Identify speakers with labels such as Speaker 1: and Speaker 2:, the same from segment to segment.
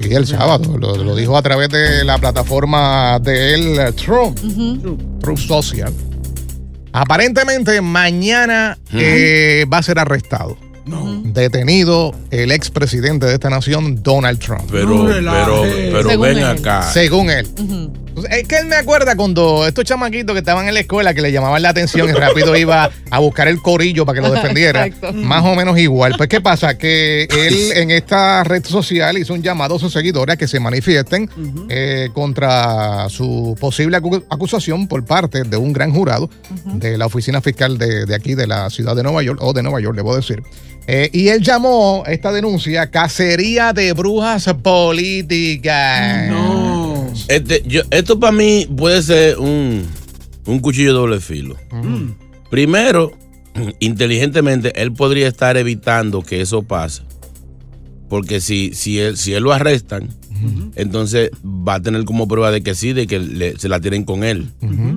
Speaker 1: Sí, el sábado. Lo, lo dijo a través de la plataforma de él, eh, True. True Social. Aparentemente, mañana eh, va a ser arrestado. Detenido el expresidente de esta nación, Donald Trump.
Speaker 2: Pero, pero, pero
Speaker 3: Según
Speaker 2: ven
Speaker 3: él.
Speaker 2: acá.
Speaker 1: Según él. Entonces, Es que él me acuerda cuando estos chamaquitos que estaban en la escuela que le llamaban la atención y rápido iba a buscar el corillo para que lo defendiera.
Speaker 3: Exacto.
Speaker 1: Más o menos igual. Pues, ¿qué pasa? Que él en esta red social hizo un llamado a sus seguidores a que se manifiesten eh, contra su posible acu- acusación por parte de un gran jurado de la oficina fiscal de, de aquí, de la ciudad de Nueva York, o de Nueva York, debo decir. Eh, y él llamó esta denuncia cacería de brujas políticas.
Speaker 2: Este, yo- esto para mí puede ser un, un cuchillo de doble filo.
Speaker 4: Mm.
Speaker 2: Primero, inteligentemente, él podría estar evitando que eso pase. Porque si, si, él, si él lo arrestan, entonces va a tener como prueba de que sí, de que le- se la tienen con él.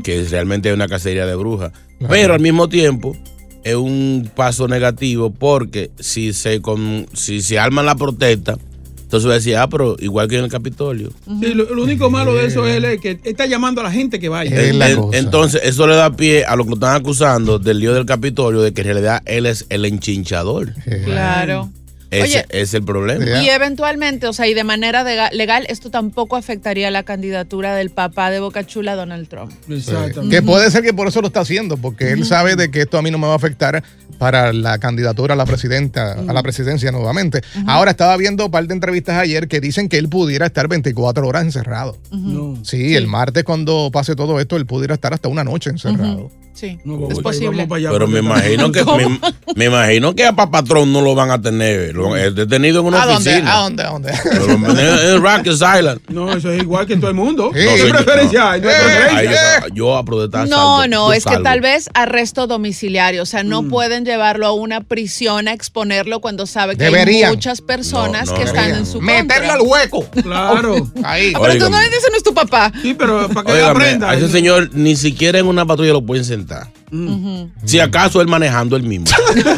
Speaker 2: Que realmente es una cacería de brujas. Pero al mismo tiempo, es un paso negativo porque si se, con, si se arma la protesta, entonces va a decir, ah, pero igual que en el Capitolio.
Speaker 5: Sí, lo, lo único malo de eso es él, es que está llamando a la gente que vaya.
Speaker 1: Es la
Speaker 2: En-
Speaker 1: cosa.
Speaker 2: Entonces, eso le da pie a lo que lo están acusando del lío del Capitolio de que en realidad él es el enchinchador.
Speaker 1: Eh,
Speaker 3: Claro.
Speaker 2: Ese
Speaker 3: Oye.
Speaker 2: es el problema.
Speaker 1: Ya.
Speaker 3: Y eventualmente, o sea, y de manera de- legal, esto tampoco afectaría la candidatura del papá de Boca Chula, Donald Trump.
Speaker 5: Exactamente.
Speaker 1: Que puede ser que por eso lo está haciendo, porque él sabe de que esto a mí no me va a afectar para la candidatura a la presidenta, a la presidencia nuevamente. Ahora estaba viendo un par de entrevistas ayer que dicen que él pudiera estar 24 horas encerrado.
Speaker 5: No,
Speaker 1: Sí, el martes cuando pase todo esto, él pudiera estar hasta una noche encerrado.
Speaker 3: Sí,
Speaker 5: no, vamos
Speaker 3: es
Speaker 5: para allá,
Speaker 3: posible.
Speaker 5: vamos para allá,
Speaker 2: Pero me
Speaker 5: porque-
Speaker 2: imagino que me, me imagino que a Papatrón no lo van a tener. Lo, es detenido en una
Speaker 1: ¿A dónde?
Speaker 2: oficina.
Speaker 1: ¿A dónde? ¿A dónde?
Speaker 2: Pero lo- en, en Rikers Island.
Speaker 5: No, eso es igual que en todo el mundo.
Speaker 1: Sí.
Speaker 5: No hay
Speaker 1: señor.
Speaker 5: preferencia, hay no hay
Speaker 1: Eh,
Speaker 5: preferencia.
Speaker 2: Ahí yo- yo a
Speaker 1: Ah,
Speaker 2: protestar
Speaker 3: No,
Speaker 2: salgo,
Speaker 3: no,
Speaker 2: yo
Speaker 3: es que
Speaker 2: salgo.
Speaker 3: tal vez arresto domiciliario, o sea, no
Speaker 1: Mm.
Speaker 3: pueden llevarlo a una prisión a exponerlo cuando sabe que
Speaker 1: Deberían.
Speaker 3: hay muchas personas
Speaker 2: No, no,
Speaker 3: que están
Speaker 2: deberían.
Speaker 3: en su
Speaker 1: Meterlo
Speaker 3: contra.
Speaker 1: al hueco.
Speaker 5: Claro.
Speaker 1: Ahí.
Speaker 3: Ah, pero tú no
Speaker 2: Óigame.
Speaker 3: le dices, no es tu papá.
Speaker 5: Sí, pero para que
Speaker 2: Óigame,
Speaker 5: aprenda.
Speaker 2: a ese señor ni siquiera en una patrulla lo pueden sentar. Si acaso él manejando él mismo.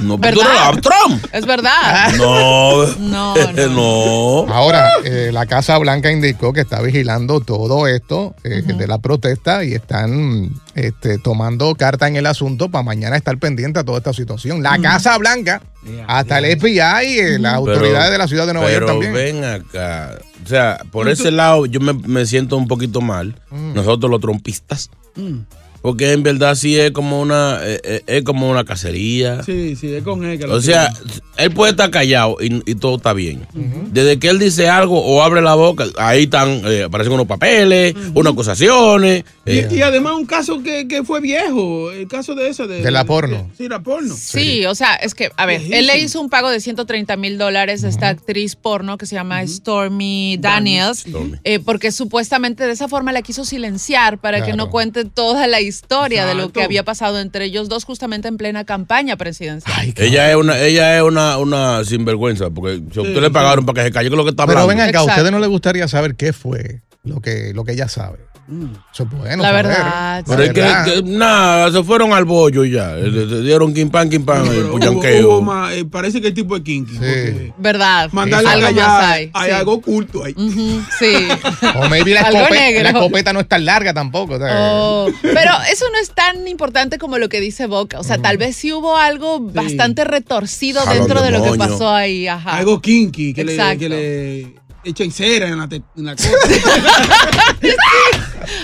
Speaker 2: no, pero tú no,
Speaker 3: ¿Verdad?
Speaker 2: Trump.
Speaker 3: Es verdad.
Speaker 2: No,
Speaker 3: No, no.
Speaker 2: no.
Speaker 1: Ahora, eh, la Casa Blanca indicó que está vigilando todo esto eh, de la protesta y están este, tomando carta en el asunto para mañana estar pendiente a toda esta situación. La Casa Blanca, hasta el FBI y eh, las
Speaker 2: Pero-
Speaker 1: autoridades de la ciudad de Nueva
Speaker 2: pero
Speaker 1: York también.
Speaker 2: ven acá. O sea, por ese lado yo me, me siento un poquito mal.
Speaker 1: Mm.
Speaker 2: Nosotros los trompistas. Porque en verdad sí es como una, eh, eh, es como una cacería.
Speaker 5: Sí, sí, es con él. que lo
Speaker 2: O sea,
Speaker 5: tiene.
Speaker 2: él puede estar callado y, y todo está bien. Desde que él dice algo o abre la boca, ahí están, eh, aparecen unos papeles, unas acusaciones. eh,
Speaker 5: Y, y además un caso que, que fue viejo, el caso de esa. De,
Speaker 1: De la porno.
Speaker 5: sí, la porno.
Speaker 3: Sí, o sea, es que, a ver, él le hizo un pago de 130 mil dólares a esta actriz porno que se llama Stormy Daniels,
Speaker 2: Stormy.
Speaker 3: eh, porque supuestamente de esa forma la quiso silenciar para que
Speaker 1: Claro.
Speaker 3: no cuente toda la historia de lo que
Speaker 5: Exacto.
Speaker 3: había pasado entre ellos dos justamente en plena campaña presidencial.
Speaker 2: ella es una, ella es una, una sinvergüenza, porque si a usted le pagaron para que se calle, que es lo que está
Speaker 1: Pero
Speaker 2: hablando.
Speaker 1: ven acá, ¿a
Speaker 3: Exacto.
Speaker 1: ustedes no les gustaría saber qué fue lo que, lo que ella sabe?
Speaker 3: Mm.
Speaker 1: Eso es bueno.
Speaker 3: La
Speaker 1: saber.
Speaker 3: verdad,
Speaker 2: Pero es que,
Speaker 1: verdad.
Speaker 2: que- nada, se fueron al bollo y ya. Le, le dieron quimpan, quimpan, el
Speaker 5: Pero
Speaker 2: eh, puyanqueo.
Speaker 5: hubo- hubo más, eh, parece que el tipo es kinky. porque
Speaker 3: ¿Verdad?
Speaker 5: Mandarle
Speaker 3: Algo
Speaker 5: algo
Speaker 3: más
Speaker 5: allá,
Speaker 3: hay.
Speaker 5: hay,
Speaker 3: sí.
Speaker 5: algo oculto ahí.
Speaker 3: Ujú, sí.
Speaker 1: O maybe la
Speaker 3: Algo
Speaker 1: escopeta,
Speaker 3: negro.
Speaker 1: la escopeta no es tan larga tampoco. o sea,
Speaker 3: Oh, pero eso no es tan importante como lo que dice Boca. O sea, tal vez sí hubo algo bastante retorcido
Speaker 2: Jalón
Speaker 3: dentro
Speaker 2: de
Speaker 3: de lo que
Speaker 2: moño.
Speaker 3: pasó ahí. Ajá.
Speaker 5: Algo kinky que le,
Speaker 3: Exacto.
Speaker 5: que le echen cera en la, te- en la cosa.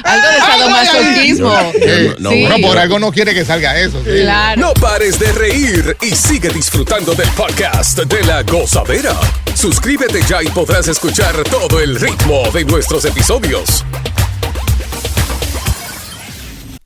Speaker 3: Algo
Speaker 5: ¡Ah!
Speaker 3: de sadomasoquismo.
Speaker 1: eh,
Speaker 2: no,
Speaker 3: Sí.
Speaker 1: Bueno, por algo no quiere que salga eso. sí.
Speaker 3: Claro.
Speaker 6: No pares de reír y sigue disfrutando del podcast de la gozadera. Suscríbete ya y podrás escuchar todo el ritmo de nuestros episodios.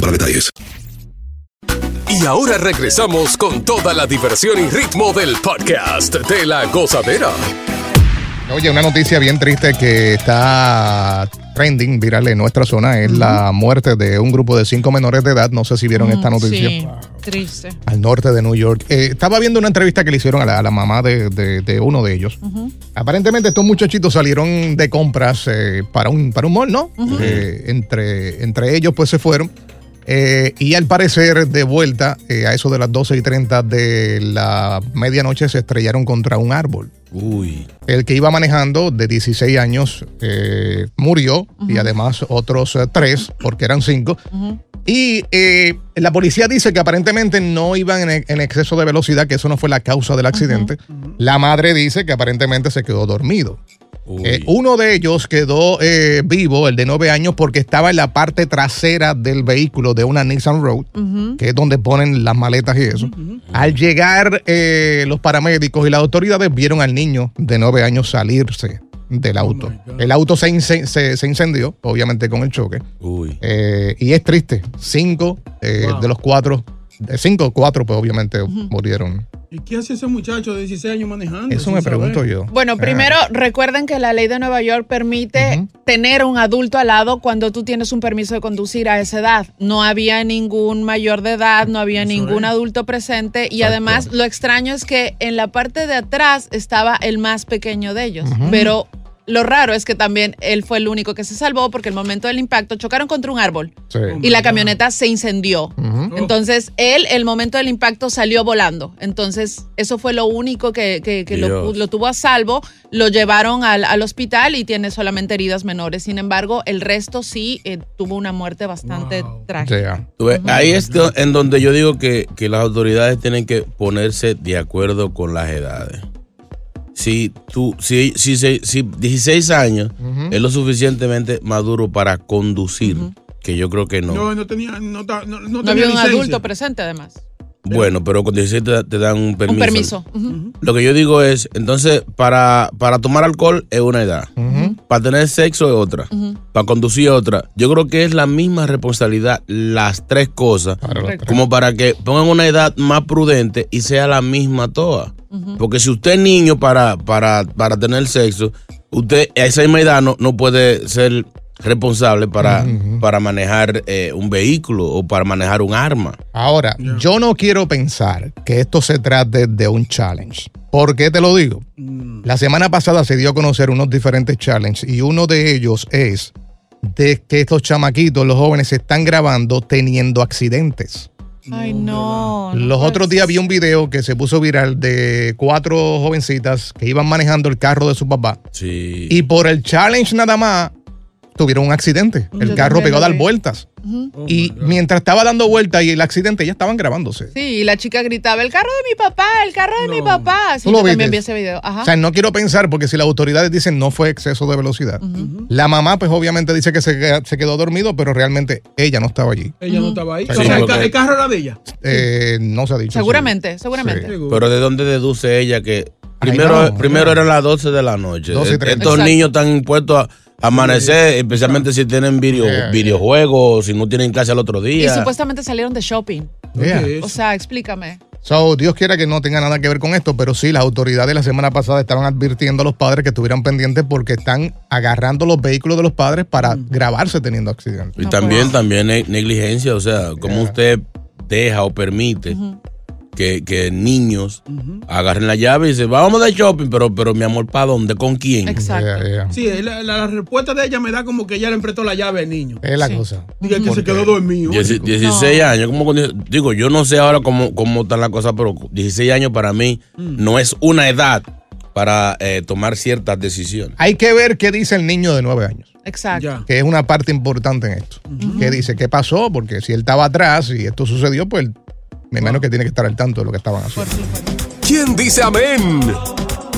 Speaker 6: para detalles.
Speaker 4: Y ahora regresamos con toda la diversión y ritmo del podcast de la gozadera.
Speaker 1: Oye, una noticia bien triste que está trending, viral en nuestra zona, es la muerte de un grupo de cinco menores de edad. No sé si vieron esta noticia.
Speaker 3: Sí, triste.
Speaker 1: Al norte de New York. Eh, estaba viendo una entrevista que le hicieron a la, a la mamá de, de- de uno de ellos. Aparentemente estos muchachitos salieron de compras eh, para, un, para un mall, ¿no? Eh, entre, entre ellos pues se fueron. Eh, y al parecer de vuelta eh, a eso de las 12 y 30 de la medianoche se estrellaron contra un árbol.
Speaker 2: Uy.
Speaker 1: El que iba manejando de 16 años eh, murió y además otros eh, tres, porque eran cinco. Y eh, la policía dice que aparentemente no iban en, en exceso de velocidad, que eso no fue la causa del accidente. La madre dice que aparentemente se quedó dormido.
Speaker 2: uy.
Speaker 1: Eh, uno de ellos quedó eh, vivo, el de nueve años, porque estaba en la parte trasera del vehículo de una Nissan Road, que es donde ponen las maletas y eso. Al llegar eh, los paramédicos y las autoridades vieron al niño de nueve años salirse del auto. el auto se, ince- se- se incendió, obviamente con el choque.
Speaker 2: uy.
Speaker 1: Eh, y es triste, cinco eh, de los cuatro, de cinco cuatro pues obviamente murieron.
Speaker 5: ¿Y qué hace ese muchacho de 16 años manejando?
Speaker 1: Eso
Speaker 5: sin
Speaker 1: me
Speaker 5: saber?
Speaker 1: pregunto yo.
Speaker 3: Bueno, primero recuerden que la ley de Nueva York permite tener un adulto al lado cuando tú tienes un permiso de conducir a esa edad. No había ningún mayor de edad, no había ningún adulto presente y además lo extraño es que en la parte de atrás estaba el más pequeño de ellos, pero lo raro es que también él fue el único que se salvó porque el momento del impacto chocaron contra un árbol
Speaker 1: Sí.
Speaker 3: y la camioneta se incendió.
Speaker 1: Ujú.
Speaker 3: Entonces, él, el momento del impacto, salió volando. Entonces, eso fue lo único que, que- que lo,
Speaker 2: Dios.
Speaker 3: lo tuvo a salvo. Lo llevaron al, al hospital y tiene solamente heridas menores. Sin embargo, el resto sí eh, tuvo una muerte bastante trágica.
Speaker 1: Yeah.
Speaker 2: Tú ves, Ahí es do- en donde yo digo que, que las autoridades tienen que ponerse de acuerdo con las edades. Si tú, si, si, si, si 16 años es lo suficientemente maduro para conducir, que yo creo que no.
Speaker 5: No, no tenía, no, ta- no, no
Speaker 3: No
Speaker 5: tenía
Speaker 3: había un
Speaker 5: licencia.
Speaker 3: adulto presente, además.
Speaker 2: Bueno, pero con 16 te, te dan un permiso.
Speaker 3: Un permiso. Ujú.
Speaker 2: Lo que yo digo es, entonces, para, para tomar alcohol es una edad. Para tener sexo es otra. Para conducir es otra. Yo creo que es la misma responsabilidad, las tres cosas,
Speaker 1: Para los tres.
Speaker 2: como para que pongan una edad más prudente y sea la misma toda. Porque si usted es niño para, para, para tener sexo, usted a esa misma edad no, no puede ser responsable para, para manejar eh, un vehículo o para manejar un arma.
Speaker 1: Ahora, yo no quiero pensar que esto se trate de un challenge. ¿Por qué te lo digo? La semana pasada se dio a conocer unos diferentes challenges y uno de ellos es de que estos chamaquitos, los jóvenes, se están grabando teniendo accidentes.
Speaker 3: Ay, no. no
Speaker 1: Los
Speaker 3: puede
Speaker 1: otros días vi un video que se puso viral de cuatro jovencitas que iban manejando el carro de su papá
Speaker 2: Sí.
Speaker 1: y por el challenge nada más tuvieron un accidente. El
Speaker 3: Yo
Speaker 1: carro
Speaker 3: también
Speaker 1: pegó a
Speaker 3: lo
Speaker 1: dar
Speaker 3: vi.
Speaker 1: vueltas.
Speaker 3: Ujú.
Speaker 1: y mientras estaba dando vueltas y el accidente, ya estaban grabándose.
Speaker 3: Sí, y la chica gritaba, el carro de mi papá, el carro de mi papá. Sí,
Speaker 1: ¿Tú lo
Speaker 3: yo
Speaker 1: viste?
Speaker 3: también vi ese video. Ajá.
Speaker 1: O sea, no quiero pensar, porque si las autoridades dicen no fue exceso de velocidad, la mamá, pues obviamente dice que se, queda- se quedó dormido, pero realmente ella no estaba allí.
Speaker 5: Ella no estaba ahí.
Speaker 1: Sí,
Speaker 5: o sea, el,
Speaker 2: porque-
Speaker 5: ca- el carro era de ella.
Speaker 1: Eh, no se ha dicho.
Speaker 3: seguramente, seguramente.
Speaker 2: Pero ¿de dónde deduce ella que primero,
Speaker 1: no,
Speaker 2: primero eran las 12 de la noche? Eh,
Speaker 1: 12 y
Speaker 2: Estos
Speaker 1: 30.
Speaker 3: Exacto.
Speaker 2: niños están impuestos a amanecer, especialmente si tienen video-
Speaker 1: Yeah, yeah.
Speaker 2: videojuegos, si no tienen clase al otro
Speaker 3: Y
Speaker 2: día.
Speaker 3: supuestamente salieron de shopping.
Speaker 1: sí. Yeah.
Speaker 5: ¿Qué es?
Speaker 3: O sea, explícame.
Speaker 1: So, Dios quiera que no tenga nada que ver con esto, pero sí, las autoridades la semana pasada estaban advirtiendo a los padres que estuvieran pendientes porque están agarrando los vehículos de los padres para grabarse teniendo accidentes.
Speaker 2: Y
Speaker 3: No,
Speaker 2: también,
Speaker 3: pues.
Speaker 2: también ne- negligencia, o sea, como usted deja o permite que, que niños agarren la llave y dicen, vamos de shopping, pero, pero mi amor, ¿para dónde? ¿Con quién?
Speaker 3: Exacto.
Speaker 1: Yeah, yeah.
Speaker 5: Sí, la, la- la respuesta de ella me da como que ella le emprestó la llave al niño.
Speaker 1: Es la
Speaker 3: Sí.
Speaker 1: cosa.
Speaker 5: Diga que
Speaker 1: Porque-
Speaker 5: se quedó dormido.
Speaker 2: Dieci- 16 años, como cuando- digo, yo no sé ahora cómo, cómo están las cosas, pero 16 años para mí no es una edad para eh, tomar ciertas decisiones.
Speaker 1: Hay que ver qué dice el niño de nueve años.
Speaker 3: Exacto.
Speaker 5: Ya.
Speaker 1: que es una parte importante en esto. ¿Qué dice? ¿Qué pasó? Porque si él estaba atrás y esto sucedió, pues me imagino que tiene que estar al tanto de lo que estaban haciendo.
Speaker 4: ¿Quién dice amén?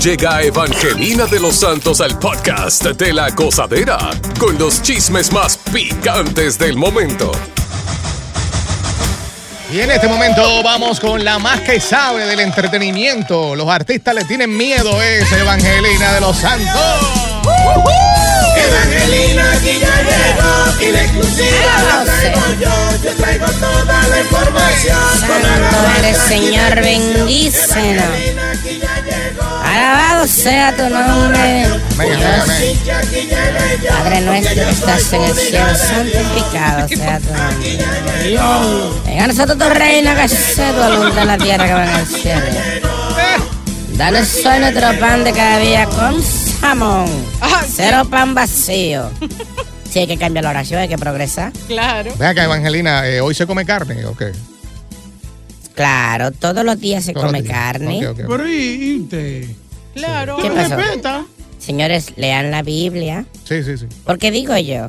Speaker 4: Llega Evangelina de los Santos al podcast de la gozadera con los chismes más picantes del momento.
Speaker 1: Y en este momento vamos con la más que sabe del entretenimiento. Los artistas le tienen miedo, es Evangelina de los Santos.
Speaker 7: Evangelina aquí ya llegó y la exclusiva la traigo yo. Yo traigo toda la información.
Speaker 8: Santo eres, Señor, bendícelo. Alabado sea tu nombre.
Speaker 1: Amén, amén, amén.
Speaker 8: Padre nuestro que estás en el cielo, santificado sea tu nombre. Venga a nosotros tu reino, que sea tu voluntad en la tierra que va en el cielo. Danos hoy nuestro pan de cada día con jamón. Cero pan vacío. Si hay que cambiar la oración, hay que progresar.
Speaker 3: Claro.
Speaker 1: Ven acá, Evangelina, eh, ¿hoy se come carne o qué?
Speaker 8: Claro, todos los días se
Speaker 1: Todos los
Speaker 8: come
Speaker 1: días.
Speaker 8: carne.
Speaker 1: Ok, ok.
Speaker 5: Pero y, y usted.
Speaker 3: Claro.
Speaker 8: ¿Eh? ¿Qué
Speaker 5: ¿Usted
Speaker 8: pasó?
Speaker 5: no respeta?
Speaker 8: Señores, lean la Biblia.
Speaker 1: Sí, sí, sí.
Speaker 8: Porque digo yo,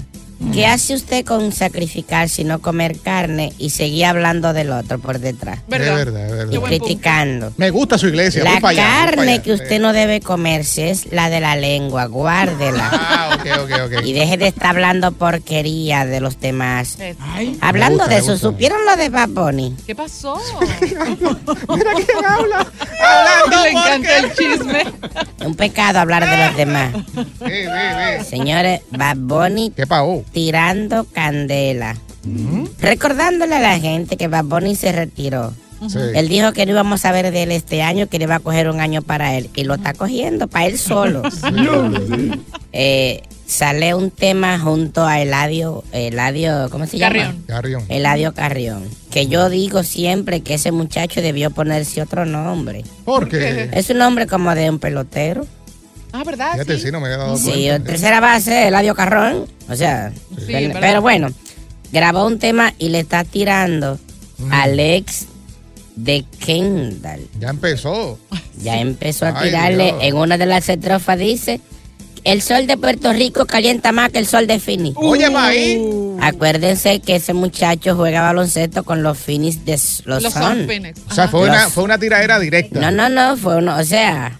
Speaker 8: ¿qué
Speaker 3: Mm.
Speaker 8: hace usted con sacrificar si no comer carne y seguir hablando del otro por detrás?
Speaker 3: ¿Verdad?
Speaker 1: Es verdad, es verdad.
Speaker 3: Qué buen punto.
Speaker 8: Criticando.
Speaker 1: Me gusta su iglesia.
Speaker 8: La
Speaker 1: voy pa' allá, voy pa'
Speaker 8: carne
Speaker 1: allá. Eh.
Speaker 8: que usted no debe comerse es la de la lengua, guárdela.
Speaker 1: Ah, ok, ok, ok.
Speaker 8: Y deje de estar hablando porquería de los demás.
Speaker 3: Eh,
Speaker 5: Ay,
Speaker 8: Hablando
Speaker 1: gusta,
Speaker 8: de
Speaker 1: me
Speaker 8: eso,
Speaker 1: gusta.
Speaker 8: ¿supieron lo de Bad Bunny?
Speaker 3: ¿Qué pasó?
Speaker 1: Mira quién habla.
Speaker 3: Hablando, le encanta el chisme.
Speaker 8: Un pecado hablar de los demás.
Speaker 1: Sí, sí, sí.
Speaker 8: Señores, Bad Bunny
Speaker 1: ¿Qué pagó?
Speaker 8: tirando candela. Recordándole a la gente que Bad Bunny se retiró.
Speaker 1: Sí.
Speaker 8: Él dijo que no íbamos a ver de él este año, que le iba a coger un año para él. Y lo está cogiendo para él solo. Eh, sale un tema junto a Eladio, Eladio, ¿cómo se llama?
Speaker 3: Carrión.
Speaker 1: Carrión.
Speaker 8: Eladio Carrión. Que yo digo siempre que ese muchacho debió ponerse otro nombre.
Speaker 1: Porque.
Speaker 8: Es un nombre como de un pelotero.
Speaker 3: Ah, ¿verdad?
Speaker 1: Fíjate,
Speaker 3: Sí.
Speaker 1: sí, no me había dado
Speaker 8: Sí,
Speaker 1: cuenta.
Speaker 8: tercera base, Eladio Carrón. O sea, pero,
Speaker 3: ¿verdad?
Speaker 8: pero bueno, grabó un tema y le está tirando al ex de Kendall.
Speaker 1: Mm. Ya empezó.
Speaker 8: Ya empezó a
Speaker 1: Ay,
Speaker 8: tirarle eh,
Speaker 1: Dios.
Speaker 8: en una de las estrofas, dice, el sol de Puerto Rico calienta más que el sol de Fini.
Speaker 1: Uh. Oye, va ¿eh? ahí.
Speaker 8: Acuérdense que ese muchacho juega baloncesto con los Finis de S- los,
Speaker 3: Los
Speaker 8: Suns.
Speaker 3: Sun Phoenix.
Speaker 1: O sea,
Speaker 3: Ajá.
Speaker 1: fue una,
Speaker 8: Los-
Speaker 1: fue una tiradera directa.
Speaker 8: No, no, no, fue uno, o sea,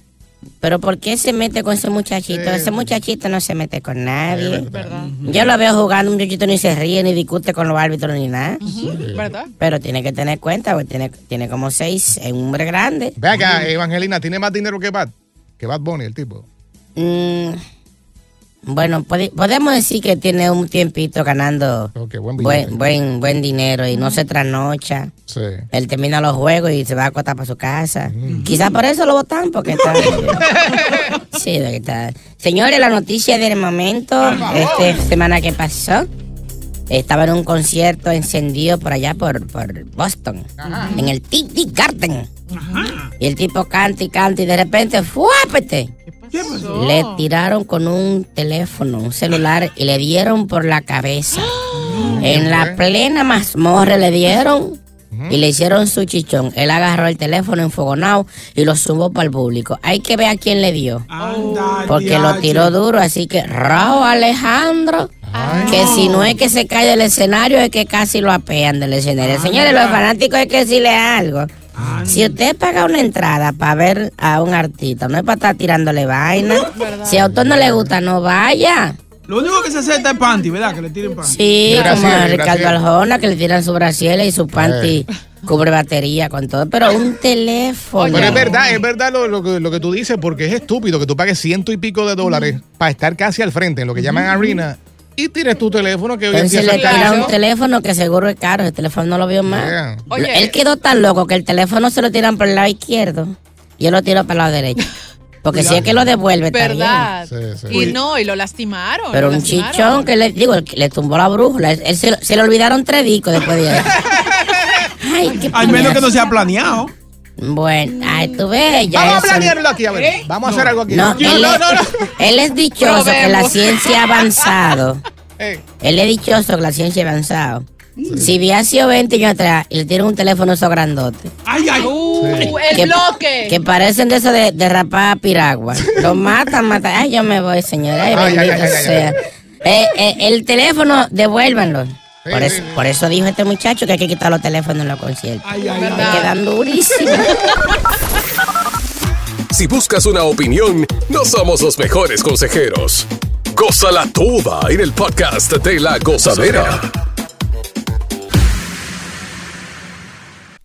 Speaker 8: pero ¿por qué se mete con ese muchachito?
Speaker 1: Sí.
Speaker 8: Ese muchachito no se mete con
Speaker 1: Es
Speaker 8: nadie.
Speaker 1: verdad.
Speaker 3: ¿Verdad?
Speaker 8: Yo lo veo jugando, un muchachito ni se ríe, ni discute con los árbitros, ni nada.
Speaker 3: ¿Verdad?
Speaker 8: Pero tiene que tener cuenta, porque tiene, tiene como seis, es un hombre grande.
Speaker 1: Ve acá, Evangelina, tiene más dinero que Bad. Que Bad Bunny, el tipo.
Speaker 8: Mm, bueno, pode- podemos decir que tiene un tiempito ganando
Speaker 1: Ok, buen billete.
Speaker 8: buen, buen, buen dinero y no se trasnocha.
Speaker 1: Sí.
Speaker 8: Él termina los juegos y se va a acotar para su casa. Quizás por eso lo votan, porque está. sí, de que está. Señores, la noticia del momento, esta semana que pasó, estaba en un concierto encendido por allá, por, por Boston, en el TD Garden. Y el tipo canta y canta y de repente, ¡fuápete!
Speaker 5: ¿Qué pasó?
Speaker 8: Le tiraron con un teléfono, un celular, y le dieron por la cabeza. En la plena mazmorra le dieron y le hicieron su chichón. Él agarró el teléfono enfogonado y lo sumó para el público. Hay que ver a quién le dio.
Speaker 5: Anda,
Speaker 8: Porque lo
Speaker 5: diache.
Speaker 8: tiró duro, así que Raúl Alejandro Que si no es que se cae del escenario, es que casi lo apean del escenario. Señores, los fanáticos hay que decirle algo. Si usted paga una entrada para ver a un artista, no es para estar tirándole vaina. Si a usted no le gusta, no vaya.
Speaker 5: Lo único que se acepta es panty, ¿verdad? Que le tiren panty.
Speaker 8: Sí, como a Ricardo Aljona, que le tiran su brasiela y su
Speaker 1: Eh.
Speaker 8: panty cubre batería con todo, pero un teléfono.
Speaker 1: Pero es verdad, es verdad lo, lo que- lo que tú dices, porque es estúpido que tú pagues ciento y pico de dólares para estar casi al frente, en lo que llaman arena, y tires tu teléfono que hoy en día
Speaker 8: Entonces
Speaker 1: eso
Speaker 8: le
Speaker 1: es carísimo.
Speaker 8: tira un teléfono que seguro es caro, el teléfono no lo vio más.
Speaker 3: Oye.
Speaker 8: él quedó tan loco que el teléfono se lo tiran por el lado izquierdo y él lo tiro para el lado derecho. Porque si es que lo devuelve, está bien.
Speaker 3: ¿Verdad? Y no, y lo lastimaron.
Speaker 8: Pero
Speaker 3: lo
Speaker 8: un
Speaker 3: lastimaron.
Speaker 8: chichón que le digo, que le tumbó la brújula. Él, él se, lo- se le olvidaron tres discos después de él. Ay, qué
Speaker 5: Al menos que no
Speaker 8: pinazo.
Speaker 5: sea planeado.
Speaker 8: Bueno, ay, tú ves, ya
Speaker 1: Vamos a
Speaker 8: eso-
Speaker 1: planearlo aquí, a ver. Vamos a hacer algo aquí.
Speaker 8: ¿Eh? No,
Speaker 1: Yo-
Speaker 8: él,
Speaker 1: no,
Speaker 8: es,
Speaker 1: no, no.
Speaker 8: él es dichoso que la
Speaker 1: Probemos.
Speaker 8: ciencia ha avanzado. Él es dichoso que la ciencia ha avanzado. Si hubiera sido 20 años atrás y le tiran un teléfono eso grandote,
Speaker 5: ¡Ay, ay!
Speaker 8: Que-
Speaker 3: Uh, ¡El bloque!
Speaker 8: que parecen de eso de, de rapar piragua, lo matan, matan. Ay, yo me voy, señora. Ay,
Speaker 7: Ay, ay,
Speaker 8: bendito
Speaker 7: ay, ay, ay,
Speaker 8: sea. Eh, eh, el teléfono, devuélvanlo. Por eso, por eso dijo este muchacho que hay que quitar los teléfonos en los conciertos. Que quedan durísimos.
Speaker 4: Si buscas una opinión, no somos los mejores consejeros. Cosa la tuba en el podcast de la gozadera.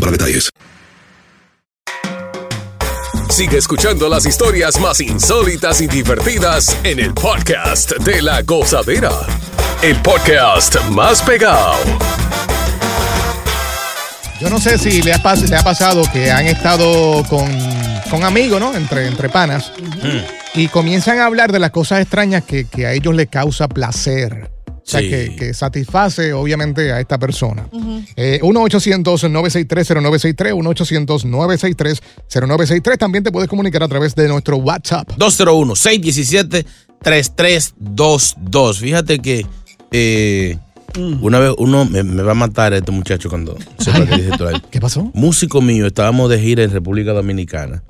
Speaker 6: para detalles.
Speaker 4: Sigue escuchando las historias más insólitas y divertidas en el podcast de la gozadera. El podcast más pegado.
Speaker 1: Yo no sé si le ha, pas- le ha pasado que han estado con, con amigos, ¿no? Entre, entre panas.
Speaker 5: Mm-hmm.
Speaker 1: Y comienzan a hablar de las cosas extrañas que, que a ellos les causa placer. O sea,
Speaker 2: Sí.
Speaker 1: que, que satisface obviamente a esta persona. Eh, 1-800-963-0963, 1-800-963-0963. También te puedes comunicar a través de nuestro WhatsApp.
Speaker 2: 201-617-3322. Fíjate que eh, una vez uno me, me va a matar este muchacho cuando sepa que dije esto ahí.
Speaker 1: ¿Qué pasó?
Speaker 2: Músico mío, estábamos de gira en República Dominicana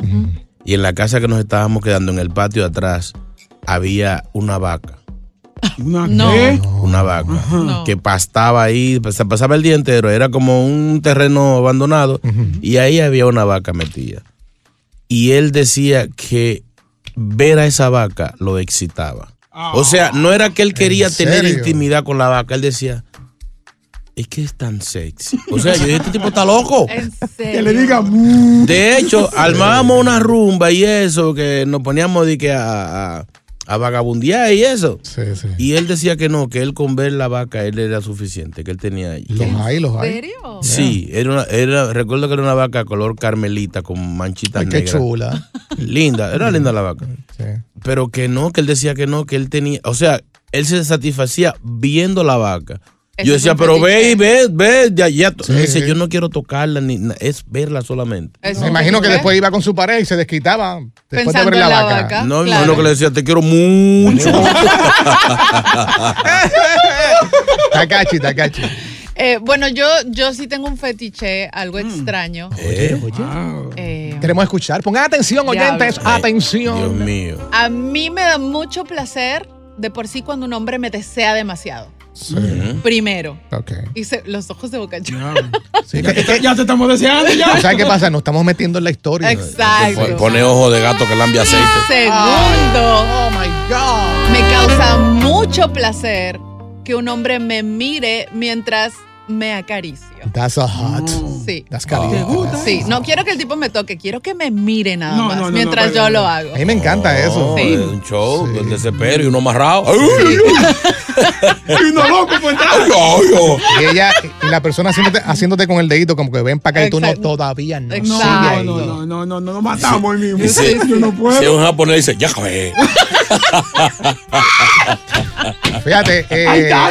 Speaker 2: y en la casa que nos estábamos quedando en el patio de atrás había una vaca.
Speaker 5: Una,
Speaker 2: No. Una vaca que pastaba ahí, pas- pasaba el día entero, era como un terreno abandonado y ahí había una vaca metida. Y él decía que ver a esa vaca lo excitaba. O sea, no era que él quería tener
Speaker 1: serio?
Speaker 2: intimidad con la vaca, él decía, es que es tan sexy. O sea, yo dije, este tipo está loco.
Speaker 5: Que le diga.
Speaker 2: De hecho, armábamos una rumba y eso, que nos poníamos de que a, a- a vagabundear y eso. Y él decía que no, que él con ver la vaca, él era suficiente, que él tenía ahí.
Speaker 1: Los hay, los hay.
Speaker 2: Sí, era una- era- recuerdo que era una vaca color carmelita con manchitas
Speaker 1: Ay, qué
Speaker 2: negras.
Speaker 1: chula. Mm.
Speaker 2: Linda, era linda la vaca. Pero que no, que él decía que no, que él tenía, o sea, él se satisfacía viendo la vaca.
Speaker 7: Ese
Speaker 2: Yo
Speaker 7: es
Speaker 2: decía,
Speaker 7: un
Speaker 2: pero ve,
Speaker 7: fetiche.
Speaker 2: ve, ve, ya, ya. Él decía,
Speaker 1: sí.
Speaker 2: yo no quiero tocarla, ni, na- es verla solamente.
Speaker 1: Me imagino que después iba con su pareja y se desquitaba después
Speaker 2: Pensando
Speaker 1: de ver
Speaker 2: en
Speaker 1: la,
Speaker 2: la
Speaker 1: vaca.
Speaker 2: No, no, lo que le decía, te quiero mucho.
Speaker 1: Takachi, Takachi.
Speaker 3: Eh, bueno, yo, yo sí tengo un fetiche, algo
Speaker 1: Mm.
Speaker 3: extraño.
Speaker 5: Eh.
Speaker 1: Oye, oye. Queremos escuchar. Pongan atención, oyentes.
Speaker 3: Diablo.
Speaker 1: Atención. Dios
Speaker 2: mío.
Speaker 3: A mí me da mucho placer de por sí cuando un hombre me desea demasiado. Primero.
Speaker 1: Ok.
Speaker 3: Y se- los ojos de boca Chula.
Speaker 5: Ya te estamos deseando, ya.
Speaker 1: ¿Sabes qué pasa? Nos estamos metiendo en la historia.
Speaker 3: Exacto.
Speaker 2: Pone ojo de gato que lambia aceite.
Speaker 3: Segundo.
Speaker 1: oh my God.
Speaker 3: Me causa mucho mucho placer que un hombre me mire mientras me acaricia.
Speaker 1: That's a hot.
Speaker 3: Sí.
Speaker 1: That's caliente.
Speaker 3: Sí, no quiero que el tipo me toque, quiero que me mire nada
Speaker 1: No,
Speaker 3: más
Speaker 1: no, no,
Speaker 3: mientras
Speaker 1: no,
Speaker 3: yo
Speaker 1: no,
Speaker 3: lo
Speaker 1: no.
Speaker 3: hago.
Speaker 1: A mí me encanta
Speaker 5: Oh,
Speaker 1: eso.
Speaker 2: Es un show, el desespero y uno amarrado.
Speaker 5: Y uno loco por entrar.
Speaker 1: Y ella, y la persona haciéndote, haciéndote con el dedito, como que ven para acá y tú no
Speaker 5: Exacto.
Speaker 1: todavía no.
Speaker 5: No,
Speaker 1: sigue ahí.
Speaker 5: no, no, no, no, no, no, nos matamos hoy mismo.
Speaker 2: Sí, sí.
Speaker 5: Yo no puedo.
Speaker 2: Si es un japonés dice, ya joder".
Speaker 1: Fíjate, eh,
Speaker 5: Ahí está,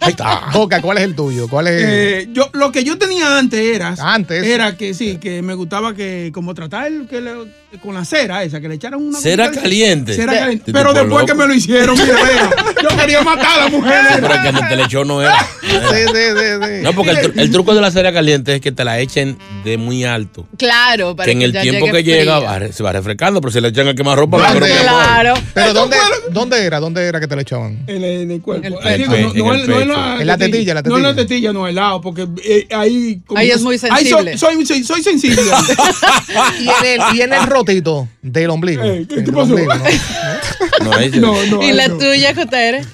Speaker 5: ahí está.
Speaker 1: Boca, ¿cuál es el tuyo? ¿Cuál es?
Speaker 5: Eh, yo, lo que yo tenía antes era,
Speaker 1: Antes.
Speaker 5: era que sí, que me gustaba que como tratar que le- con la cera esa, que le echaran una
Speaker 2: Cera
Speaker 5: cosita-
Speaker 2: caliente.
Speaker 5: Cera
Speaker 2: Sí.
Speaker 5: caliente.
Speaker 2: Te
Speaker 5: Pero
Speaker 2: tipo
Speaker 5: después
Speaker 2: loco.
Speaker 5: que me lo hicieron, mira, vea, yo quería matar a la mujer.
Speaker 2: Sí,
Speaker 5: era.
Speaker 2: pero el que te le echó no era.
Speaker 1: Sí, sí, sí, sí.
Speaker 2: No, porque el, tru- el truco de la cera caliente es que te la echen de muy alto.
Speaker 3: Claro, para
Speaker 2: que en el
Speaker 3: ya
Speaker 2: tiempo
Speaker 3: llegue
Speaker 2: que llega
Speaker 3: fría.
Speaker 2: va re- se va refrescando, pero si le echan a quemar ropa,
Speaker 1: ¿Dónde?
Speaker 3: Claro.
Speaker 1: Pero ¿dónde, ¿dónde era? ¿Dónde era que te lo echaban?
Speaker 5: En el, en el cuerpo.
Speaker 1: En el
Speaker 5: Eh,
Speaker 1: pecho,
Speaker 5: digo, no, no
Speaker 1: en el
Speaker 5: en- no en
Speaker 1: pecho. En la tetilla, la
Speaker 5: No en la
Speaker 1: tetilla.
Speaker 5: tetilla, no, el lado, porque eh, ahí. como
Speaker 3: Ahí
Speaker 5: que-
Speaker 3: es muy
Speaker 5: ahí
Speaker 3: sensible.
Speaker 5: soy, soy, soy sensible.
Speaker 1: Y en el, y en el rotito del ombligo. El ombligo, ¿no?
Speaker 3: ¿Y la tuya, JR?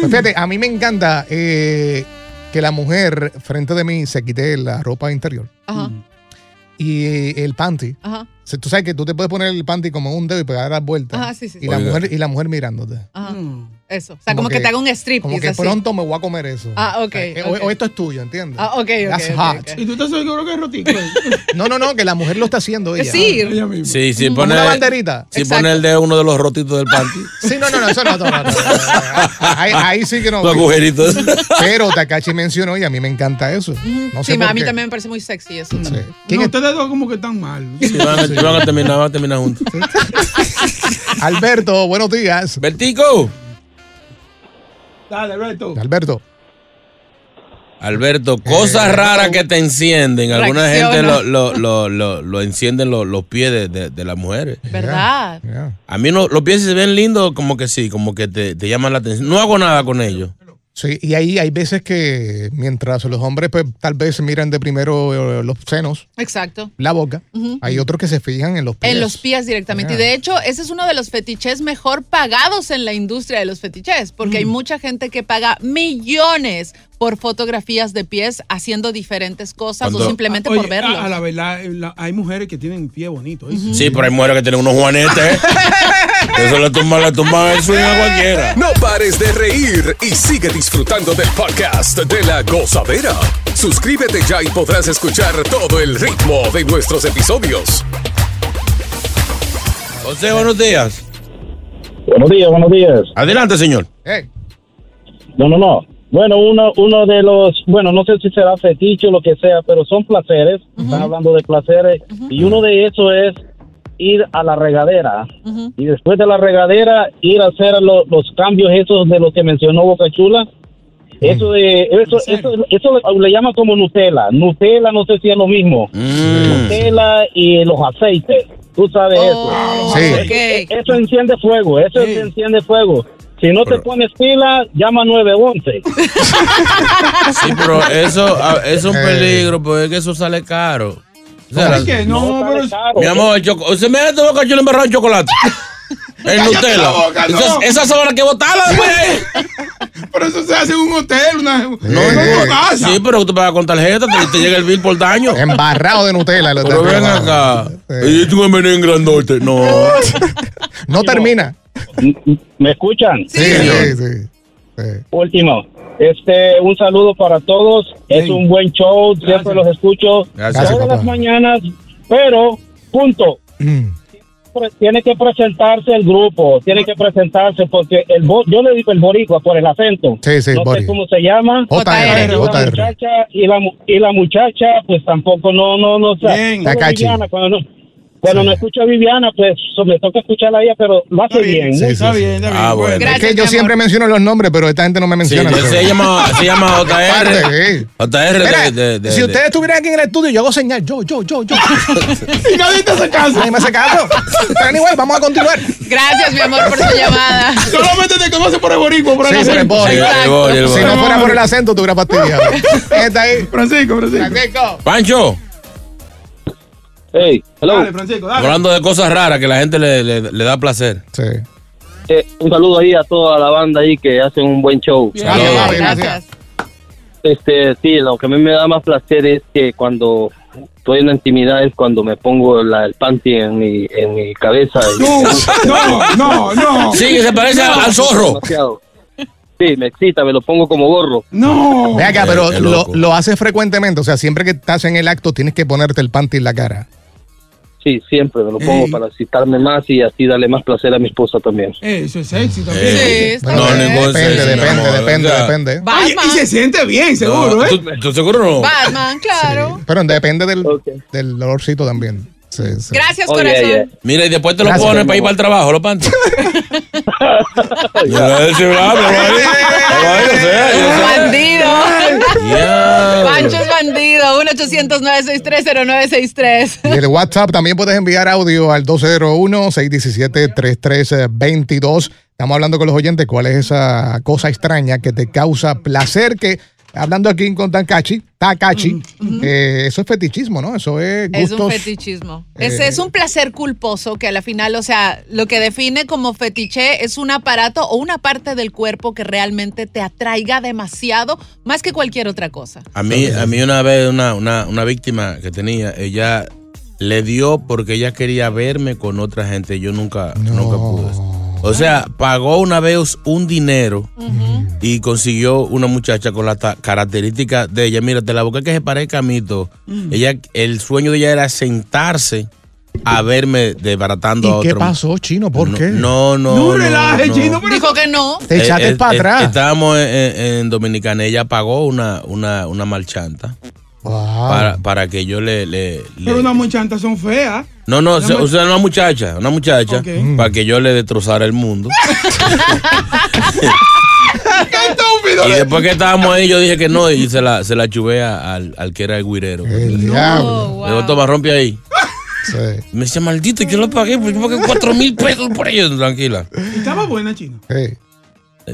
Speaker 1: Pues fíjate, a mí me encanta eh, que la mujer frente de mí se quite la ropa interior
Speaker 3: Ajá,
Speaker 1: y el panty.
Speaker 3: ajá,
Speaker 1: Si Tú sabes que tú te puedes poner el panty como un dedo y pegar las vueltas.
Speaker 3: Ajá, sí, sí,
Speaker 1: y,
Speaker 3: sí.
Speaker 1: La
Speaker 3: Oiga.
Speaker 1: mujer, y la mujer mirándote.
Speaker 3: ajá. Eso. O sea, como, que, te haga un striptease
Speaker 1: Como Mm. que
Speaker 3: así.
Speaker 1: pronto me voy a comer eso.
Speaker 3: Ah, ok,
Speaker 1: Eh, o-
Speaker 3: ok.
Speaker 1: O esto es tuyo, ¿entiendes?
Speaker 3: Ah, ok, ok,
Speaker 1: That's
Speaker 3: ok,
Speaker 1: hot.
Speaker 3: ok.
Speaker 5: ¿Y tú estás seguro que es rotico?
Speaker 1: No, no, no, que la mujer lo está haciendo
Speaker 3: Eh,
Speaker 1: ella.
Speaker 5: Sí.
Speaker 2: Sí, sí,
Speaker 1: Como
Speaker 2: pone,
Speaker 1: una banderita.
Speaker 2: Si
Speaker 1: Exacto.
Speaker 2: pone el de uno de los rotitos del panty.
Speaker 1: Sí, no, no, no, eso no, no, no, no, no, no. Ahí, ahí sí que no.
Speaker 2: Los agujeritos.
Speaker 1: Pero Takachi mencionó y a mí me encanta eso. No sé
Speaker 3: sí,
Speaker 1: por
Speaker 3: a mí
Speaker 1: qué.
Speaker 3: también me parece muy sexy eso. también.
Speaker 5: No, ustedes dos como que están mal.
Speaker 2: Sí, van, a, van a terminar, van a terminar juntos.
Speaker 1: Alberto, buenos días.
Speaker 2: Bertico.
Speaker 5: Dale, Alberto.
Speaker 1: Alberto.
Speaker 2: Alberto, cosas raras que te encienden. Alguna
Speaker 1: Eh, Reacciona.
Speaker 2: gente lo, lo, lo, lo- lo encienden lo- los pies de, de- de las mujeres.
Speaker 3: ¿Verdad?
Speaker 2: A mí no, los pies si se ven lindos, como que sí, como que te, te llaman la atención. No hago nada con ellos.
Speaker 1: Sí, y ahí hay veces que mientras los hombres pues tal vez miran de primero eh, los senos,
Speaker 3: Exacto.
Speaker 1: la boca,
Speaker 3: Ujú.
Speaker 1: hay otros que se fijan en los pies.
Speaker 3: En los pies directamente. Y de hecho, ese es uno de los fetiches mejor pagados en la industria de los fetiches, porque hay mucha gente que paga millones por fotografías de pies haciendo diferentes cosas o simplemente
Speaker 5: Ah, Oye,
Speaker 3: por verlos.
Speaker 5: A, a la verdad, eh, la- hay mujeres que tienen pie bonito. ¿eh?
Speaker 2: Sí, pero hay mujeres que tienen unos juanetes. Eso le tumban, le tumban el swing a cualquiera.
Speaker 4: No pares de reír y sigue disfrutando del podcast de la gozadera. Suscríbete ya y podrás escuchar todo el ritmo de nuestros episodios.
Speaker 2: José, buenos días.
Speaker 9: Buenos días, buenos días.
Speaker 2: Adelante, señor.
Speaker 9: No, no, no. Bueno, uno, uno de los, bueno, no sé si será fetiche o lo que sea, pero son placeres. Están hablando de placeres. Y uno de esos es ir a la regadera.
Speaker 5: Mm-hmm.
Speaker 9: Y después de la regadera, ir a hacer lo- los cambios esos de los que mencionó Boca Chula. Eso de, eso, eso, eso le- le llaman como Nutella. Nutella no sé si es lo mismo. Nutella y los aceites. Tú sabes eso.
Speaker 7: Sí.
Speaker 9: E- Eso enciende fuego, eso enciende fuego. Si no te pones pila, llama 911.
Speaker 2: Sí, pero eso, a- eso es
Speaker 1: Eh.
Speaker 2: un peligro, porque es que eso sale caro. O sea, la-
Speaker 5: No, pero.
Speaker 2: Mi amor, el choco- se me da tu boca chula embarrado en chocolate. En
Speaker 5: Cállate
Speaker 2: Nutella.
Speaker 5: la boca, no.
Speaker 2: Esas- Esas son las que pues. botarla después.
Speaker 5: Pero eso se hace en un hotel, una.
Speaker 2: No, no, Sí, pero tú pagas con tarjeta, te, te llega el bill por daño.
Speaker 1: Embarrado de Nutella. lo
Speaker 2: Pero
Speaker 1: está
Speaker 2: ven
Speaker 1: probando.
Speaker 2: acá. Y tú me venés en grandote. No.
Speaker 1: No termina.
Speaker 9: ¿Me escuchan?
Speaker 1: Sí, sí,
Speaker 9: Último. Este, un saludo para todos. Es un buen show, siempre los escucho
Speaker 7: Gracias,
Speaker 9: todas
Speaker 7: papá.
Speaker 9: las mañanas, pero punto. Pre- Tiene que presentarse el grupo, tiene que presentarse porque el bo- yo le digo el boricua por el acento.
Speaker 1: Sí, sí,
Speaker 9: no sé
Speaker 1: boricua.
Speaker 9: cómo se llama.
Speaker 1: JR,
Speaker 9: Pero la
Speaker 1: JR.
Speaker 9: muchacha y la mu- y la muchacha pues tampoco no no no o sea,
Speaker 1: Bien.
Speaker 9: como
Speaker 1: Tacachi.
Speaker 9: Viviana, cuando no cuando no escucho a Viviana, pues so- me toca escucharla a ella, pero lo hace bien.
Speaker 1: Sí,
Speaker 9: muy-
Speaker 1: sí, sí.
Speaker 2: Ah, bueno.
Speaker 1: es que yo siempre menciono los nombres, pero esta gente no me
Speaker 2: Sí,
Speaker 1: menciona.
Speaker 2: yo- se, llama, se llama
Speaker 1: Aparte,
Speaker 2: JR. JR de-
Speaker 1: Mira,
Speaker 2: de- de-
Speaker 1: si
Speaker 2: de-
Speaker 1: ustedes estuvieran aquí en el estudio, yo hago señal. Yo, yo, yo, yo.
Speaker 5: y nadie te hace caso.
Speaker 1: Nadie me hace caso. Pero anyway, vamos a continuar.
Speaker 3: Gracias, mi amor, por tu llamada.
Speaker 5: Solamente te conoce por el boricua, por el
Speaker 1: Sí, por el
Speaker 5: acento.
Speaker 1: boricua.
Speaker 5: Exacto.
Speaker 2: El boricua, el
Speaker 1: Si
Speaker 2: boricua.
Speaker 1: no fuera por el acento, tuviera pastillado. Está ahí.
Speaker 5: Francisco, Francisco.
Speaker 2: Pancho.
Speaker 9: Hey,
Speaker 5: Dale, Francisco, dale.
Speaker 2: Hablando de cosas raras que la gente le, le- le da placer.
Speaker 1: Sí.
Speaker 9: eh, un saludo ahí a toda la banda ahí que hacen un buen show. Este, sí, lo que a mí me da más placer es que cuando estoy en la intimidad es cuando me pongo la, el panty en mi, en mi cabeza. y-
Speaker 7: No, no, no.
Speaker 10: Sí, que se parece
Speaker 7: No.
Speaker 10: al zorro.
Speaker 9: Demasiado. Sí, me excita, me lo pongo como gorro.
Speaker 5: No.
Speaker 1: Ve acá, pero lo, lo haces frecuentemente. O sea, siempre que estás en el acto tienes que ponerte el panty en la cara.
Speaker 9: Sí, siempre me lo pongo para excitarme más y así darle más placer a mi esposa también.
Speaker 5: Eso es sexy también.
Speaker 2: no, ningún
Speaker 1: depende,
Speaker 2: sexy, mi
Speaker 1: depende,
Speaker 2: amor,
Speaker 1: depende,
Speaker 2: o sea,
Speaker 1: depende.
Speaker 5: Ay, y se siente bien, seguro,
Speaker 2: Ah. No,
Speaker 5: ¿eh?
Speaker 2: ¿tú, tú seguro no?
Speaker 3: Batman, claro.
Speaker 1: Pero depende del, del olorcito también. Sí, sí.
Speaker 3: Gracias,
Speaker 2: Oh, yeah,
Speaker 3: corazón.
Speaker 2: yeah. Mira, y después te lo
Speaker 1: Gracias,
Speaker 2: pones
Speaker 1: mi
Speaker 2: para ir para el trabajo,
Speaker 1: amor.
Speaker 2: los panties. Ya, ese va, pero va ahí, pero ahí, yo sé, yo sé.
Speaker 3: Bandido.
Speaker 2: Ya.
Speaker 3: Pancho es bandido. 1 800 963
Speaker 1: Y el WhatsApp también puedes enviar audio al 201-617-3322. Estamos hablando con los oyentes cuál es esa cosa extraña que te causa placer que... Hablando aquí con Tankachi, Takachi, eh, eso es fetichismo, ¿no? Eso es
Speaker 3: Mm, Es
Speaker 1: gustos.
Speaker 3: un fetichismo. Es,
Speaker 1: Eh.
Speaker 3: es un placer culposo que a la final, o sea, lo que define como fetiche es un aparato o una parte del cuerpo que realmente te atraiga demasiado más que cualquier otra cosa.
Speaker 2: A mí, a mí una vez una, una, una víctima que tenía, ella le dio porque ella quería verme con otra gente. Yo nunca, nunca pude. O sea, pagó una vez un dinero y consiguió una muchacha con las ta- características de ella. Mira, te la boca que se parezca a Mito.
Speaker 1: Mm.
Speaker 2: Ella, el sueño de ella era sentarse a verme desbaratando a
Speaker 1: ¿Y
Speaker 2: otro.
Speaker 1: qué pasó, chino? ¿Por qué?
Speaker 2: No, no. no.
Speaker 3: Dijo que no.
Speaker 1: Te
Speaker 2: Eh,
Speaker 1: echaste
Speaker 2: eh,
Speaker 1: para
Speaker 2: eh,
Speaker 1: atrás.
Speaker 2: Estábamos en, en- en Dominicana. Ella pagó una, una, una marchanta para, para que yo le. le- le-
Speaker 5: Pero unas muchachantas son feas.
Speaker 2: no, no,
Speaker 5: Una
Speaker 2: se-
Speaker 5: mar-
Speaker 2: o sea, una muchacha, una muchacha, para que yo le destrozara el mundo. y después que estábamos ahí, yo dije que no, y se la, se la chuvé a- al, al que era el guirero.
Speaker 1: diablo.
Speaker 2: Le digo, toma, rompe ahí. Me decía, maldito, yo lo pagué, pues yo pagué cuatro mil pesos por ello. Tranquila.
Speaker 5: Estaba buena, chino.
Speaker 2: Ay,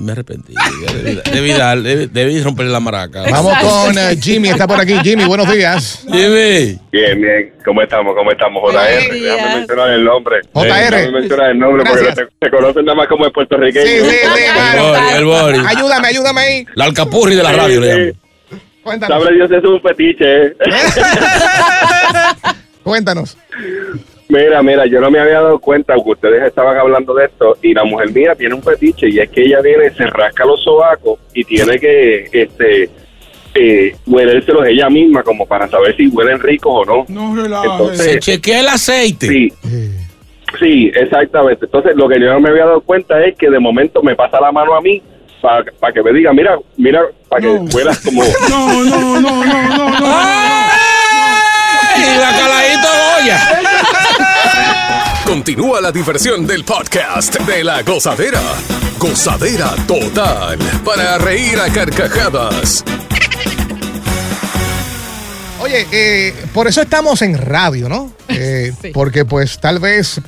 Speaker 2: Me arrepentí. Debí, debí dar- debí- debí romperle la maraca.
Speaker 1: Vamos con eh, Jimmy, está por aquí. Jimmy, buenos días.
Speaker 2: Jimmy.
Speaker 11: Bien, bien. ¿Cómo estamos? ¿Cómo estamos, JR? Déjame mencionar el nombre.
Speaker 1: JR.
Speaker 11: Déjame mencionar el nombre porque te, te conocen nada más como el puertorriqueño.
Speaker 1: Sí, sí, sí, claro.
Speaker 2: El Boris.
Speaker 1: Ayúdame, ayúdame ahí.
Speaker 2: La alcapurri de la radio, le llaman.
Speaker 11: Sabrá Dios, eso es un fetiche. ¿eh?
Speaker 1: Cuéntanos.
Speaker 11: Mira, mira, yo no me había dado cuenta que ustedes estaban hablando de esto y la mujer mía tiene un fetiche y es que ella viene, se rasca los sobacos y tiene que, este, eh, huelérselos ella misma como para saber si huelen ricos o no.
Speaker 5: No relajes.
Speaker 11: Entonces-
Speaker 2: Se chequea el aceite.
Speaker 11: Sí. Sí, exactamente. Entonces, lo que yo no me había dado cuenta es que de momento me pasa la mano a mí para que me diga, mira, mira, para que huelas como...
Speaker 5: No, no, no, no, no, no.
Speaker 2: ¡Ay! La caladita
Speaker 4: Continúa la diversión del podcast de la gozadera. Gozadera total para reír a carcajadas.
Speaker 1: Oye, eh, por eso estamos en radio, ¿no? Eh, Porque pues tal vez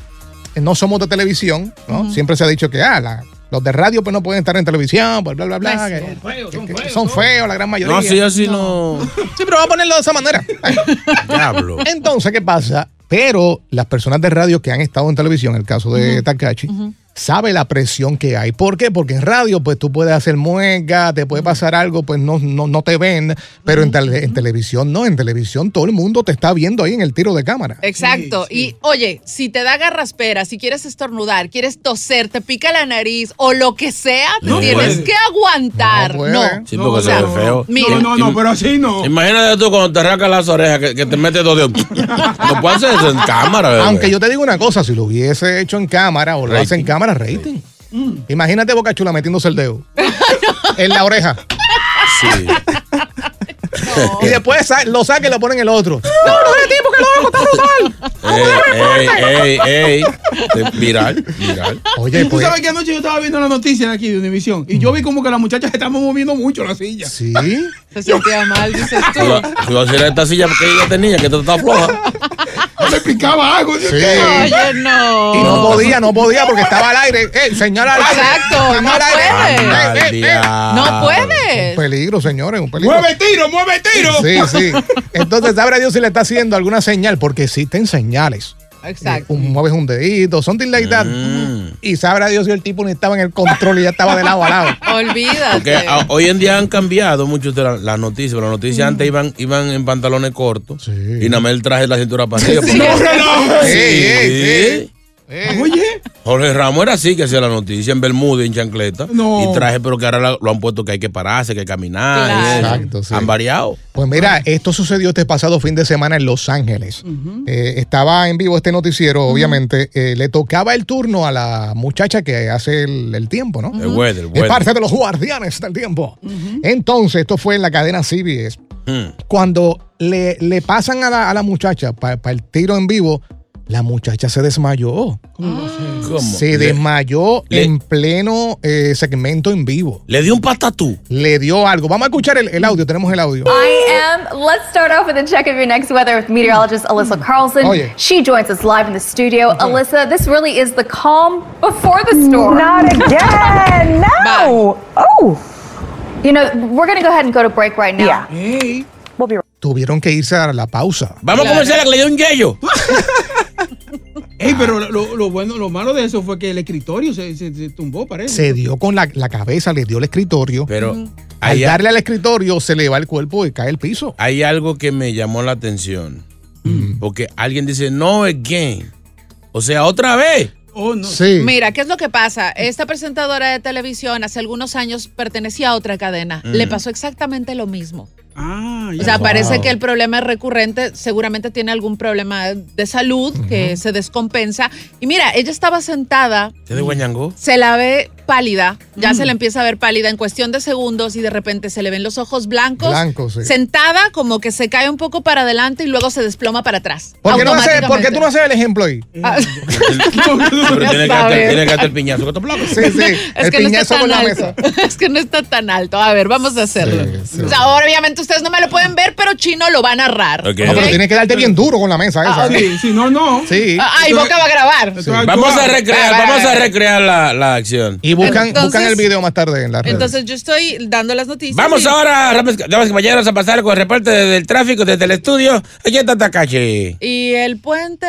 Speaker 1: no somos de televisión, ¿no? Siempre se ha dicho que, ah, la- los de radio pues no pueden estar en televisión, pues, bla, bla, bla. que- que- que son feos, la gran mayoría.
Speaker 2: No, sí, así no.
Speaker 1: Sí, pero vamos a ponerlo de esa manera.
Speaker 2: Diablo.
Speaker 1: Entonces, ¿qué pasa? Pero las personas de radio que han estado en televisión, el caso de Takachi, sabe la presión que hay. ¿Por qué? Porque en radio, pues tú puedes hacer mueca, te puede pasar algo, pues no, no, no te ven. Pero en, tele- en televisión no, en televisión todo el mundo te está viendo ahí en el tiro de cámara.
Speaker 3: Exacto. Y oye, si te da garraspera, si quieres estornudar, quieres toser, te pica la nariz o lo que sea, te
Speaker 2: No
Speaker 3: tienes
Speaker 2: puede.
Speaker 3: que aguantar. No.
Speaker 2: Sí, porque se ve feo.
Speaker 3: mira.
Speaker 5: No, no, pero así no.
Speaker 2: Imagínate tú cuando te rascas las orejas que, que te metes dos dedos. No puedes hacer eso en cámara, bebé.
Speaker 1: Aunque yo te digo una cosa, si lo hubiese hecho en cámara o lo hace en cámara, rating. Imagínate Boca Chula metiéndose el dedo en la oreja.
Speaker 2: Sí.
Speaker 1: Y después sa- lo saca y lo pone en el otro. No, no tiene tiempo que lo hago, está brutal.
Speaker 2: Ey, ey, ey, ey. Este, Viral, viral.
Speaker 1: Oye, pues-
Speaker 5: Tú sabes que anoche yo estaba viendo la noticia aquí de Univisión y yo vi como que las muchachas estaban moviendo mucho la silla.
Speaker 1: Sí.
Speaker 3: Se sentía mal, dices tú.
Speaker 2: Tú vas- tú vas a ir a esta silla que ella tenía, que te estaba floja.
Speaker 5: Le picaba algo.
Speaker 1: Sí. Oye,
Speaker 3: no.
Speaker 1: Y no podía, no podía porque estaba al aire. Eh, señor al aire.
Speaker 3: Exacto,
Speaker 1: Señor
Speaker 3: no
Speaker 1: al aire.
Speaker 3: puede.
Speaker 1: Eh, eh, eh.
Speaker 3: No puede.
Speaker 1: Un peligro, señores, un peligro.
Speaker 5: ¡Mueve tiro, mueve tiro!
Speaker 1: Sí, sí. Entonces, sabrá Dios si le está haciendo alguna señal, porque existen señales.
Speaker 12: Exacto.
Speaker 1: un- mueves un dedito, something like that. Y sabrá Dios si el tipo ni estaba en el control y ya estaba de lado a lado.
Speaker 2: Porque
Speaker 3: Olvídate.
Speaker 2: a- hoy en día han cambiado mucho de la- las noticias. pero Las noticias antes iban, iban en pantalones cortos y nada más el traje de la cintura para arriba.
Speaker 7: Sí. No, relaje.
Speaker 2: Sí.
Speaker 7: Ey, ey,
Speaker 5: Eh,
Speaker 7: Oye.
Speaker 2: Jorge Ramos era así que hacía la noticia en Bermuda, y en chancleta.
Speaker 1: No.
Speaker 2: Y traje, pero que ahora la- lo han puesto que hay que pararse, que hay que caminar. y eso.
Speaker 1: Exacto, sí.
Speaker 2: Han variado.
Speaker 1: Pues mira, esto sucedió este pasado fin de semana en Los Ángeles. Eh, estaba en vivo este noticiero, obviamente. Eh, le tocaba el turno a la muchacha que hace el, el tiempo, ¿no?
Speaker 2: El weather, el
Speaker 1: Es
Speaker 2: weather.
Speaker 1: parte de los guardianes del tiempo.
Speaker 2: Mm.
Speaker 1: Entonces, esto fue en la cadena CBS. Cuando le, le pasan a la, a la muchacha para el tiro en vivo, la muchacha se desmayó. Se
Speaker 2: Le-
Speaker 1: desmayó
Speaker 2: le-
Speaker 1: en pleno eh, segmento en vivo.
Speaker 2: Le dio un patatú.
Speaker 1: Le dio algo. Vamos a escuchar el, el audio. Tenemos el audio.
Speaker 13: I am. Let's start off with a check of your next weather with meteorologist Alyssa Carlson.
Speaker 1: Oh, yeah.
Speaker 13: She joins us live in the studio. Alyssa, this really is the calm before the storm.
Speaker 14: Not again.
Speaker 13: no.
Speaker 14: Oh.
Speaker 13: You know, we're going to go ahead and go to break right now.
Speaker 14: Yeah.
Speaker 1: Tuvieron que irse a la pausa.
Speaker 2: Vamos a comenzar la que le dio un yello.
Speaker 5: Ey, pero lo, lo bueno, lo malo de eso fue que el escritorio se, se- se tumbó, parece.
Speaker 1: Se dio con la, la cabeza, le dio el escritorio.
Speaker 2: Pero
Speaker 1: al
Speaker 2: allá-
Speaker 1: darle al escritorio, se le va el cuerpo y cae el piso.
Speaker 2: Hay algo que me llamó la atención.
Speaker 5: Mm.
Speaker 2: Porque alguien dice, no again. O sea, otra vez.
Speaker 5: Oh,
Speaker 1: Sí.
Speaker 3: Mira, ¿qué es lo que pasa? Esta presentadora de televisión hace algunos años pertenecía a otra cadena.
Speaker 2: Mm.
Speaker 3: Le pasó exactamente lo mismo.
Speaker 5: o
Speaker 3: sea,
Speaker 5: Wow.
Speaker 3: parece que el problema es recurrente. Seguramente tiene algún problema de salud que se descompensa. Y mira, ella estaba sentada,
Speaker 2: ¿Te de guañangó?
Speaker 3: se la ve pálida, ya
Speaker 1: Mm.
Speaker 3: se la empieza a ver pálida en cuestión de segundos y de repente se le ven los ojos blancos.
Speaker 1: Blancos, sí.
Speaker 3: Sentada, como que se cae un poco para adelante y luego se desploma para atrás.
Speaker 1: ¿Por qué, no hace- por qué
Speaker 3: automáticamente.
Speaker 1: tú no haces el ejemplo ahí?
Speaker 3: Ah,
Speaker 2: Pero
Speaker 3: Ya
Speaker 2: tiene que
Speaker 3: sabes.
Speaker 2: hacer- tiene que hacer el piñazo. que te placo.
Speaker 1: Sí, sí.
Speaker 3: Es
Speaker 1: el
Speaker 3: que, no está
Speaker 1: piñazo con
Speaker 3: tan
Speaker 1: la
Speaker 3: alto.
Speaker 1: mesa.
Speaker 3: es que no está tan alto. A ver, vamos a hacerlo. O sea, ahora, obviamente ustedes no me lo pueden ver, pero Chino lo va a narrar.
Speaker 1: No, pero tienes que darte bien duro con la mesa esa.
Speaker 3: Ah, ok.
Speaker 1: ¿eh?
Speaker 5: Si no, no.
Speaker 1: Sí.
Speaker 3: Ah, y Boca va a grabar.
Speaker 2: Vamos a recrear,
Speaker 3: Va, va,
Speaker 2: vamos
Speaker 3: va.
Speaker 2: a recrear la, la acción.
Speaker 1: Y buscan,
Speaker 3: Entonces-
Speaker 1: buscan el video más tarde en la red.
Speaker 3: Entonces yo estoy dando las noticias.
Speaker 2: Vamos
Speaker 3: y-
Speaker 2: ahora, damas damas y caballeros, a pasar con el reporte desde el tráfico, desde el estudio. Aquí está Takashi.
Speaker 3: Y el puente.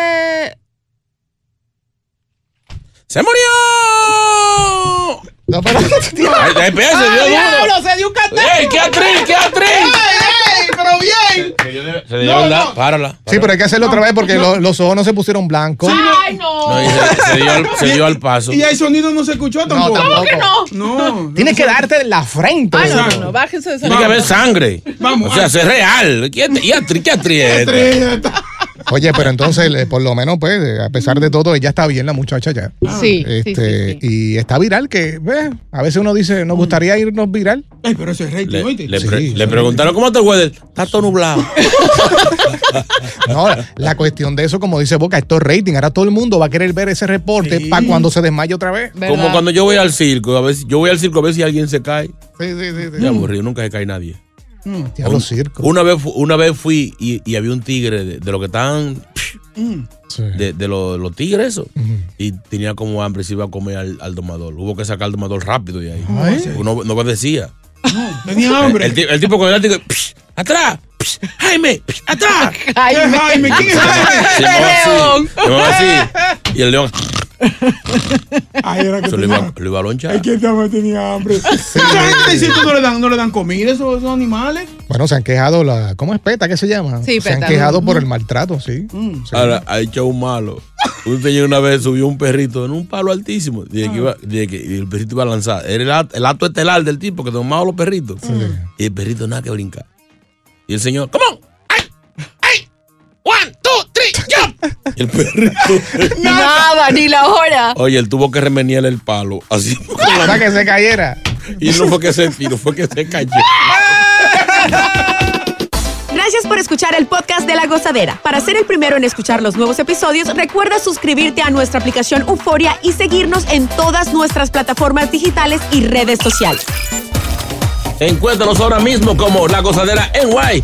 Speaker 2: ¡Se murió! Ay, ay, espérate, se dio duro.
Speaker 5: se dio un catazo!
Speaker 2: ¡Ey, qué atriz, qué atriz!
Speaker 5: ¡Ey, ey, pero bien!
Speaker 2: Se dio la- Párala.
Speaker 1: sí, pero hay que hacerlo otra vez porque lo- los ojos no se pusieron blancos.
Speaker 3: ¡Ay, no!
Speaker 2: No, y se, se dio al, se dio al paso.
Speaker 5: Y el sonido no se escuchó tampoco.
Speaker 1: tampoco.
Speaker 3: ¿Cómo
Speaker 5: que no? No.
Speaker 1: Tienes que darte la frente.
Speaker 3: Ay, no, no, no, bájense de esa.
Speaker 2: Tiene que haber sangre.
Speaker 5: Vamos.
Speaker 2: O sea, ser real. ¿Qué atri- ¿Y atri- qué atri es esta?
Speaker 1: Oye, pero entonces, eh, por lo menos, pues, eh, a pesar de todo, ella está bien, la muchacha ya.
Speaker 3: Sí, sí,
Speaker 1: Este, Y está viral, que ¿ves? a veces uno dice, nos gustaría irnos viral.
Speaker 5: Ey, pero eso es rating,
Speaker 2: Le,
Speaker 5: oíste.
Speaker 2: le pre- le preguntaron, ¿cómo está el weather? Está todo nublado.
Speaker 1: No, la cuestión de eso, como dice Boca, esto es rating. Ahora todo el mundo va a querer ver ese reporte para cuando se desmaye otra vez.
Speaker 2: Como cuando yo voy al circo. A ver, si- yo voy al circo a ver si alguien se cae.
Speaker 1: Sí, sí, sí. sí.
Speaker 2: Ya aburrido, nunca se cae nadie.
Speaker 1: Diablo circo.
Speaker 2: Una vez, fu- una vez fui y, y había un tigre de, de lo que estaban.
Speaker 5: Mm.
Speaker 2: De, de lo- los tigres, eso. Y tenía como hambre, se iba a comer al, al domador. Hubo que sacar al domador rápido de ahí. No, no obedecía.
Speaker 5: Tenía
Speaker 2: El,
Speaker 5: hambre.
Speaker 2: el ti- el tipo con el látigo. "Psh, ¡Atrás! Psh, ¡Jaime! psh, ¡Atrás!
Speaker 5: ¿Quién es Jaime? ¿Quién es Jaime?
Speaker 2: Se llamaba así. se llamaba así. Y el león.
Speaker 5: Ay, era que
Speaker 2: Se lo iba, lo iba a lonchar.
Speaker 5: Es que también tenía hambre. Mucha gente dice que no le dan, no le dan comida a esos, esos animales.
Speaker 1: Bueno, se han quejado, la, ¿cómo es PETA? ¿Qué se llama?
Speaker 5: Sí,
Speaker 1: se han
Speaker 5: PETA.
Speaker 1: quejado por el maltrato, sí.
Speaker 2: Ahora, ha hecho un malo. Un señor una vez subió un perrito en un palo altísimo. Dije que iba, dije que el perrito iba a lanzar. Era el, act- el acto estelar del tipo que tomaba los perritos. Y el perrito nada que brincar. Y el señor, ¿cómo? One, two, three, jump. Y el perrito.
Speaker 3: Nada, ni la hora.
Speaker 2: Oye, él tuvo que remeniar el palo. Así.
Speaker 1: Para que se cayera.
Speaker 2: Y no fue que se tiró, fue que se cayó.
Speaker 12: Gracias por escuchar el podcast de La Gozadera. Para ser el primero en escuchar los nuevos episodios, recuerda suscribirte a nuestra aplicación Euforia y seguirnos en todas nuestras plataformas digitales y redes sociales.
Speaker 2: Encuéntranos ahora mismo como La Gozadera en Guay.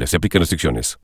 Speaker 15: Se aplican restricciones.